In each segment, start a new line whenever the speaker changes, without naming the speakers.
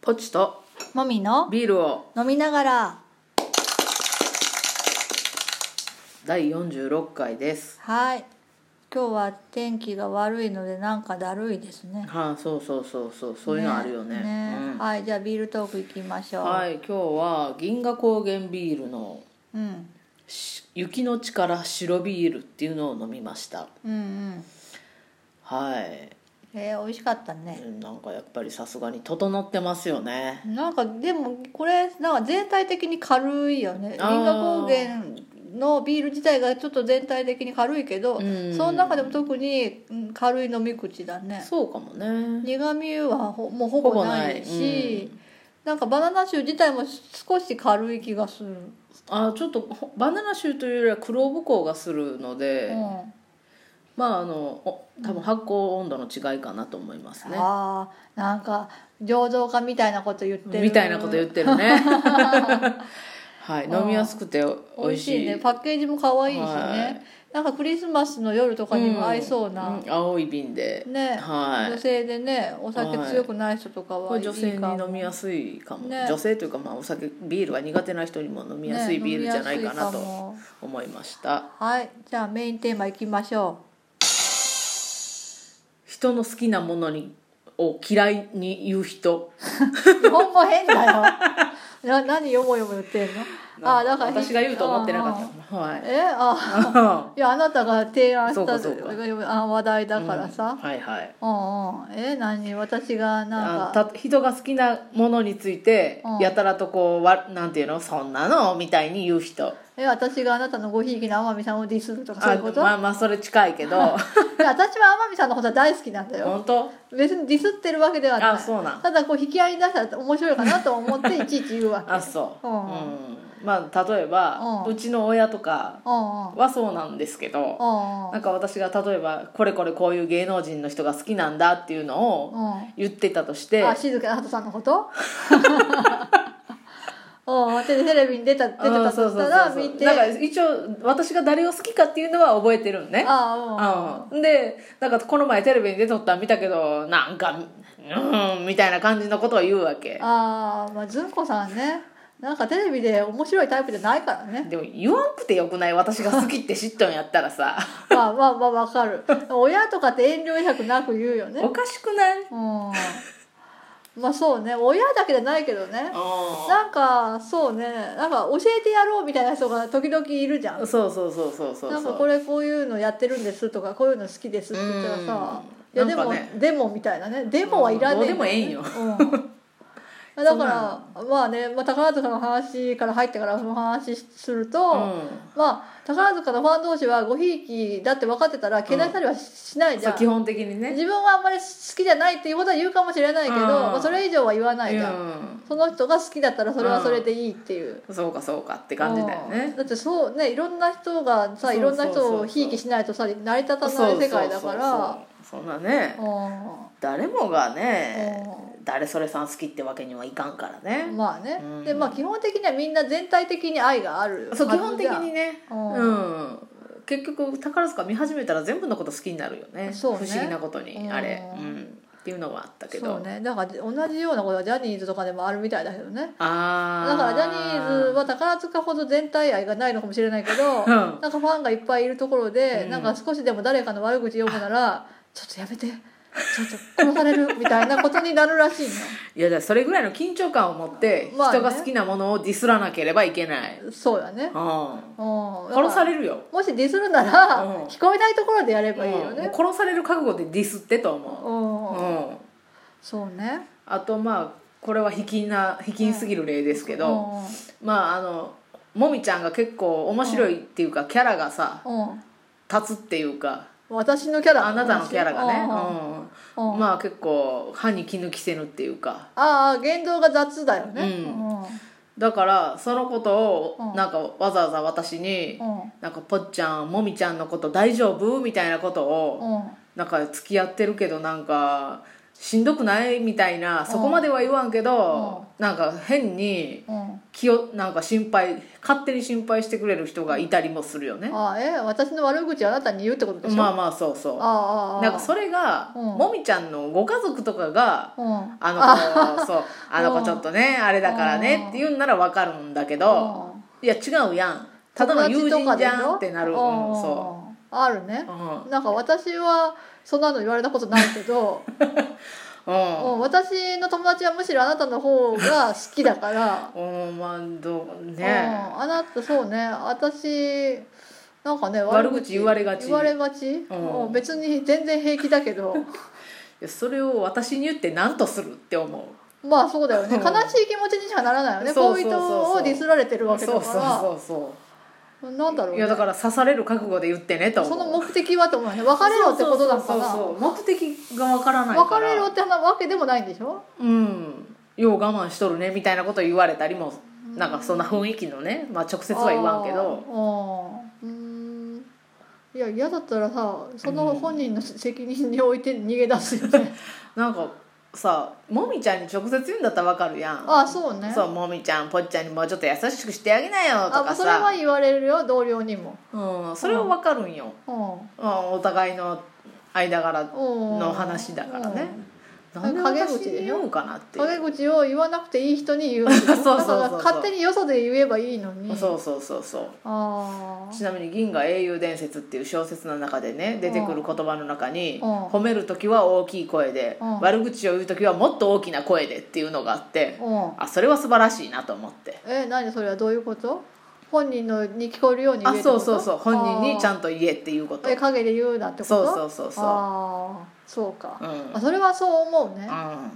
ポチと
もみの
ビールを
飲みながら
第46回です
はい今日は天気が悪いのでなんかだるいですね
はあそうそうそうそうそういうのあるよねうん
はいじゃあビールトークいきましょう、
はい今日は銀河高原ビールの
うん、
し雪の力白ビールっていうのを飲みました
うんうん
はい
えー、美味しかったね
うんなんかやっぱりさすがに整ってますよね
なんかでもこれなんか全体的に軽いよね銀
あー
河高原のビール自体がちょっと全体的に軽いけど、
うん
その中でも特にうん軽い飲み口だね
そうかもね
苦味はほもうほぼないし
うん
なんかバナナ酒自体も少し軽い気がする、
あちょっとほバナナ臭というよりは黒ぶこうがするので、
うん
まああのお多分発酵温度の違いかなと思いますね、
ああなんか醸造家みたいなこと言ってる
みたいなこと言ってる ねはい飲みやすくてお
美
美
味
味
し
し
い
い
ねパッケージも可愛いしね、
はい
なんかクリスマスの夜とかにも合いそうな、
んん青い瓶で、
ね、
は
女
い
性でねお酒強くない人とか
こ
は
れ
いい
女性
かも
に飲みやすいかも、
ね
女性というかまあお酒ビールが苦手な人にも飲みやすい
ね
ビールじゃないかな
飲みやすい
と
かも
思いました、
はいじゃあメインテーマいきましょ
人の好きなものにを嫌いに言う人
う日本語変だよな何よも よも言ってんのああだから
私が言うと思ってなか
あ
ったは
あ
い
えあいやあなたが提案した
そうかそう
あ話題だから
うん
さ、
はいはい
うんうん、え何私がな
あ
んか
た人が好きなものについて
うん
やたらとこうわなんていうのそんなのみたいに言う人
え私があなたのごひいきの天海さんをディスるとかそういうこと、
まあまあそれ近いけど
いや私は天海さんのことは大好きなんだよ
本当
別にディスってるわけではない
あそうなん
ただこう引き合いに出したら面白いかなと思っていちいち言うわけ
あそう、
う
うんんまあ例えば、
う
うんちの親とか
うんうん
はそうなんですけど、
うんうん
なんか私が例えばこれこれこういう芸能人の人が好きなんだっていうのを
う
言ってたとして、
んあ静香あとさんのこと うんでテレビに出た出て
う
た
んそ
と
う
し
そうそ
た
う
ら
そう
見て
なんか一応私が誰を好きかっていうのは覚えてるんね
あ
うん、でなんかこの前テレビに出とったん見たけどなんかうんみたいな感じのことを言うわけ
あああまあずんこさんねなんかテレビで面白いタイプじゃないから ね
でも言わんくてよくない私が好きって知っとんやったら さ
まあまあまあわかる親とかって遠慮100なく言うよね
おかしくない
うんまあそうね親だけじゃないけどね
う
なんかそうねなんか教えてやろうみたいな人が時々いるじゃん
んそうそうそうそうそう
なんか
そ
こ
う
れこういうのやってるんですとかこういうの好きですって言ったらさ「
うん
いやで
なん
も、
かね
でも」みたいなね「でも」はいらね
うんどう
え、
でもええんよ
うん、だからまあね、まあ、宝塚の話から入ってからその話すると、
う
まあ宝塚のファン同士はごひいきだって分かってたらけなしたりはしない
ん
じゃ
そ
ん
う、基本的にね
自分はあんまり好きじゃないっていうことは言うかもしれないけど、
うん
まあ、それ以上は言わないじゃん、
う
その人が好きだったらそれはそれでいいっていう、
んそうかそうかって感じだよね
だってそうねいろんな人がさ
そうそうそうそう
いろんな人をひいきしないとさ成り立たない世界だから
そうそうそうそんなね
う
誰もがね誰それさん好きってわけにはいかんからね
んまあね、
うん
でまあ基本的にはみんな全体的に愛がある
そう
は
基
ず
本
じ
的
ゃん
にね
う
うんん、結局宝塚見始めたら全部のこと好きになるよね
そうね
不思議なことに、
うん
あれ、うん、っていうのはあったけ
そ
ど、
うねだから同じようなことはジャニーズとかでもあるみたいだけどね
ああ
だからジャニーズは宝塚ほど全体愛がないのかもしれないけ
う
ど、
ん
なんかファンがいっぱいいるところで、
うん
なんか少しでも誰かの悪口読むならちょっとやめてちょっと殺されるみたいなことになるらしい
いやだからそれぐらいの緊張感を持って
まあね
人が好きなものをディスらなければいけない、
のそうやねうん
うん、殺さ
れ
れるよ、
もしディスるなら、
うん
聞こえないところでやればいいよ
うん
ね
もう殺される覚悟でディスってと思
うん、
う、うん、
そうね
あとまあこれは卑近な卑近すぎる例ですけど、まああのもみちゃんが結構面白いっていうか、キャラがさ
うん、うん、
立つっていうか
私のキャラ
あなたのキャラがね、
うん
うん
うん
まあ結構歯に衣着せぬっていうか
ああ言動が雑だよね
うんだからそのこと
うん
をなんかわざわざ私に
うんうん
「なんかぽっちゃんもみちゃんのこと大丈夫?」みたいなことを
うん
なんか付き合ってるけどなんか。しんどくないみたいなそこまでは言わんけど、なんか変に
うん
気をなんか心配勝手に心配してくれる人がいたりもするよね
あえ私の悪口あなたに言うってことでしょ、
ま
あ
あまあそうそ
ああ
う
あ
なんかそれが、
うん
もみちゃんのご家族とかが
うんうん
あの子そうあの
う
子
ん
ちょっとねあれだからねって言うんならわかるんだけどいや違うやんただの友人じゃんってなる、うん、そ
うんあるね
う、うん
なんか私はそんなの言われたことないけど、
うん
うん、私の友達はむしろあなたの方が好きだから、
おまあどう
うん、
ね
あなたそうね私なんかね
悪口言われがち
言われがち、
ん
うん別に全然平気だけど
いやそれを私に言って何とするって思
まあそうだよね
う
悲
ん
しい気持ちにしかならないよね
そうそう
恋
そう
人
そう
をディスられてる
う
わけだ
そ
か
う
ら
そうそうそ
なんだろ
う
う、
い
ね、
やだから刺される覚悟で言ってねと思う
その目的はと思うよね別れろってことだか
そうそう
ら
そうそう目的がわからないから
別れろってわけでもないんでしょ
うんよう我慢しとるねみたいなこと言われたりもなんかそんな雰囲気のね、まあ、直接は言わんけど
あーあーうーんいや嫌だったらさその本人の責任に置いて逃げ出すよ ね
なんかさもみちゃんに直接言うんだったらわかるやん
あそうね
そうもみちゃんぽっちゃんにもうちょっと優しくしてあげなよと
あ
か
それは
さ
言われるよ同僚にも
うん、それはわかるんよ、
う
うん、お互いの間柄
んうん
の話だからね、なんで
陰
私
口で
に
しょ
言うかなっていう
陰口を言わなくていい人に言うそう
そうそうそう
勝手によそで言えばいいのに
そうそうそうそう
ああ
ちなみに「銀河英雄伝説」っていう小説の中でね出てくる言葉の中に
うん
褒める時は大きい声で
うん
悪口を言う時はもっと大きな声でっていうのがあって
うん
あそれは素晴らしいなと思って
え何それはどういうこと本人のに聞こえるように言
あ
えって
そ
こと
うそうそう本人にちゃ
ん
んと言えっていうこと
え陰で言うなってこと
そうそうそうそ
ああそうか、
ううん
あそれはそう思うね、
う
あ
ん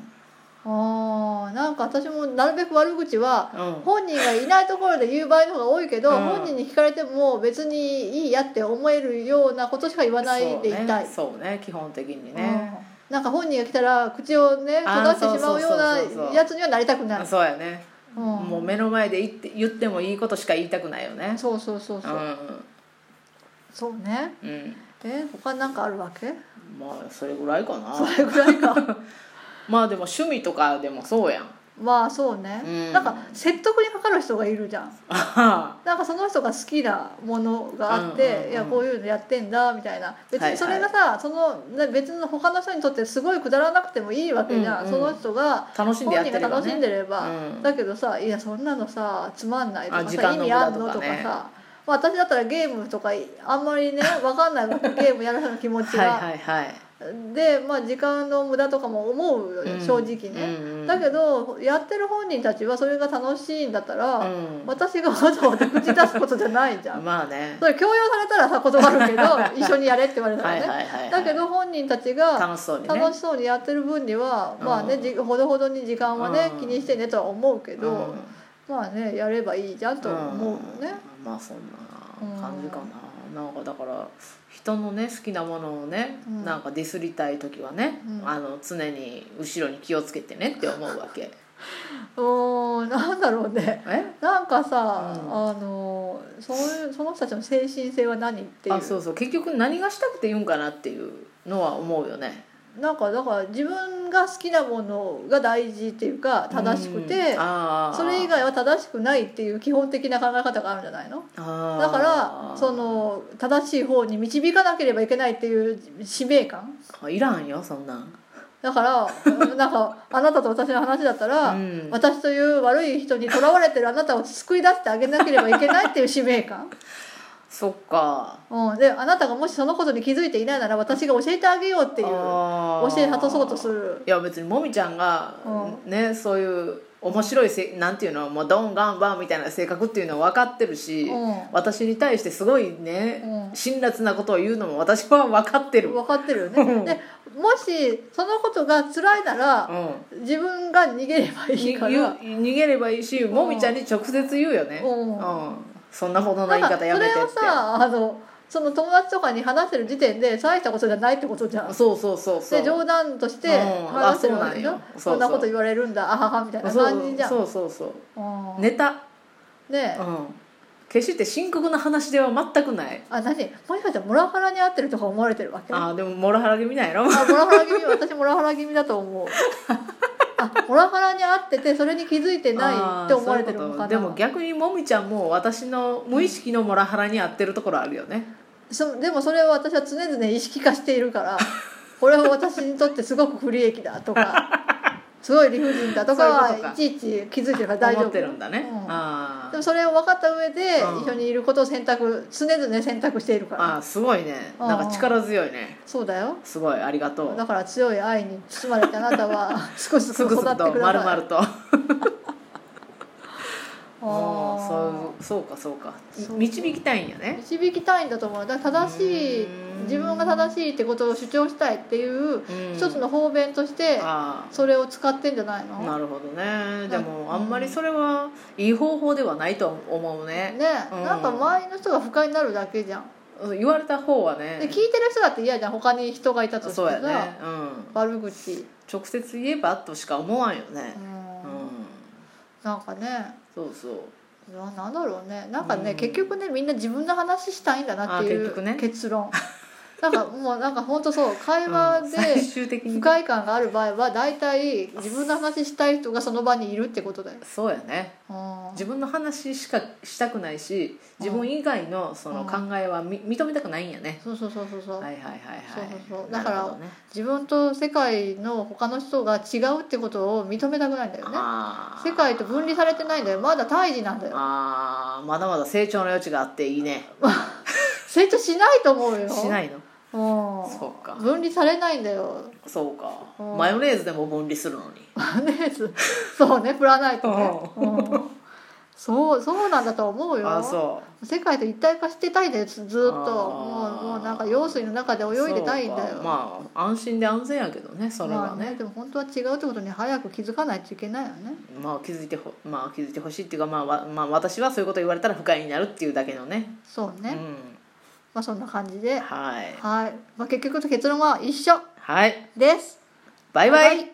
あなんか私もなるべく悪口は
うん
本人がいないところで言う場合の方が多いけど、
うん
本人に聞かれても別にいいやって思えるようなことしか言わないでいたい、
そうねそうね基本的に
うん
ね
なんか本人が来たら口をね閉
あー
ざしてしまうような
そうそうそうそう
やつにはなりたくない
そうやね
うん
もう目の前で言って言ってもいいことしか言いたくないよね
そうそうそう
う
そう、そうね
んうん
え他なんかあるわけ
まあそれぐらいかな
それぐらいか
まあでも趣味とかでもそうやん
まあそうね、
うん
なんか説得にかかる人がいるじゃん
あは
なんかその人が好きなものがあって、
うんうんうん
いやこういうのやってんだみたいな別
はいは
に
い
それがさ、そのね別の他の人にとってすごいくだらなくてもいいわけじゃ
う
ん、
んうん
その人が
楽しん
本
でやってれ
人が
ば、ね、
楽しんでれば、
うん
だけどさいやそんなのさつまんないとか
あ時
さ
間
意
の
味
無
あ
駄
ん
と
の
かね
とかさ、まあ、私だったらゲームとかいあんまりね分か んないわけゲームやる人の気持ちが、
はいはいはい
で、まあ、時間の無駄とかも思うよね、
うん
正直ね、
うんうん
だけどやってる本人たちはそれが楽しいんだったら、
うん
私がわざわざ口出すことじゃないじゃん
まあね
それ強要されたらさ断る けど一緒にやれって言われたら
は
ね
いはいはいはい
だけど本人たちが
楽しそうにね
楽しそうにやってる分には、まあね
うん
じほどほどに時間はね、
うん
気にしてねとは思うけ
い
ど、まあねやればいいじゃんと思うよね、
まあそんな感じかな、なんかだから人のね好きなものをね、
うん
なんかディスりたい時はね、
うん
あの常に後ろに気をつけてねって思うわ け
うーんなんだろうね
え
なんかさ、
うん
あのそういうその人たちの精神性は何っていう
あそうそう結局何がしたくて言うんかなっていうのは思うよね
なんかだから自分が好きなものが大事っていうか正しくて、
うんあー
それ以外は正しくないっていう基本的な考え方があるんじゃないの
あー
だからその正しい方に導かなければいけないっていう使命感
あいらんよそんなん
だから なんかあなたと私の話だったら、
うん
私という悪い人にとらわれてるあなたを救い出してあげなければいけないっていう使命感、
そっか
うん、であなたがもしそのことに気づいていないなら私が教えてあげようっていう教
教
え果たそうとする
いや別にもみちゃんが、
う
ねそういう面白いせなんていうのもうドンガンバンみたいな性格っていうのは分かってるし、
うん
私に対してすごいね、
うん
辛辣なことを言うのも私は分かってる、うん
分かってるよね
うん
でもしそのことが辛いなら自分が逃げればい
に
いから
言う逃げればいいしもみちゃんに直接言うよね、
うん
そんなものの
な
言
ん
い
か
方やめてって
それはさあのその友達とかに話してる時点で大したことじゃないってことじゃん
そうそうそうそう
で冗談として
うん
話してるわけでし
あそうな
ょ
んよ
そんなこと言われるんだあははみたいな
そう
感じじゃん
そうそうそう
うん
ネタ、
ね
うん決して深刻な話では全くない
あ何もしかしたらモラハラに合ってるとか思われてるわけ
ああでもモラハラ気味なんやろ
あモラハラ気味私モラハラ気味だと思うあモラハラに合っててそれに気づいてないって思われてるのか
あーそういう
な
ことでも逆にもみちゃんも私の無意識のモラハラに合ってるところあるよね、
そでもそれは私は常々意識化しているから これは私にとってすごく不利益だ とかすごい理不尽だとか
そういうこと
は
か
いちいち気づいてるから大丈
思
夫
ってるんだね、
うん
あ
で
ー
もそれを分かった上で
うん
一緒にいることを選択常々選択しているから
あーすごいね
うん
なんか力強いね
そうだよ
すごいありがとう
だから強い愛に包まれたあな たは少しずつ
すぐ
育っ
す
てくだ
ぐ
さい
と丸々と
あー
うんそうそうかそうか
そう
導きたいんやね
導きたいんだと思うだから正しいう
ーん
自分が正しいってことを主張したいっていう
うん
一つの方便として
あ
それを使ってんじゃない
あ
の
なるほどねでも
な
あんまりそれはいい方法ではないと思うね
ね
うん
なんか周りの人が不快になるだけじゃん
うん言われた方は
で聞い
ね
てる人だって嫌じゃん他に人がいたとして
そうや
さ
ねうん
悪口
直接言えばとしか思わんよね
う
うんん
なんかね
そうそう
ななんだろうねなんかね、
うん
結局ねみんな自分の話したいんだなって
あ結
いう
局ね
結論な んかもうなんか本当そう会話
うん
で
最終的
不
に
快感がある場合は大体自分の話したい人がその場にいるってことだよ、
そうやね
うん
自分の話しかしたくないし自分以外のその
うん
考えはみ認めたくないんやね
そうそうそうそうそう、
はいはいはいはい
そうそうそうだから
なるほどね
自分と世界の他の人が違うってことを認めたくないんだよね
あー
世界と分離されてないんだよまだ胎児なんだよ
あーまだまだ成長の余地があっていいね
成長しないと思うよ、
しないいの
うん、
そうか
分離されないんだよ
そうか
うん
マヨネーズでも分離するのに
マヨネーズそうね振らないとね、うんそうそうなんだと思うよ
あそう
世界と一体化してたいんだよずずっと
あ
も
ー
うもうなんか用水の中で泳いでたいんだ
そう
よ
かまあ安心で安全やけどねそれ
ま
は
あ
ね,、
ねでも本当は違うってことに早く気づかないといけないよね
まあ、気づいてほまあ気づいてほしいっていうか、まあわ、まあ私はそういうこと言われたら不快になるっていうだけのね
そう
う
ね、
ん
まあそんな感じではい、
はい
まあ、結局と結論は一緒
はい
です
バイバイ
イ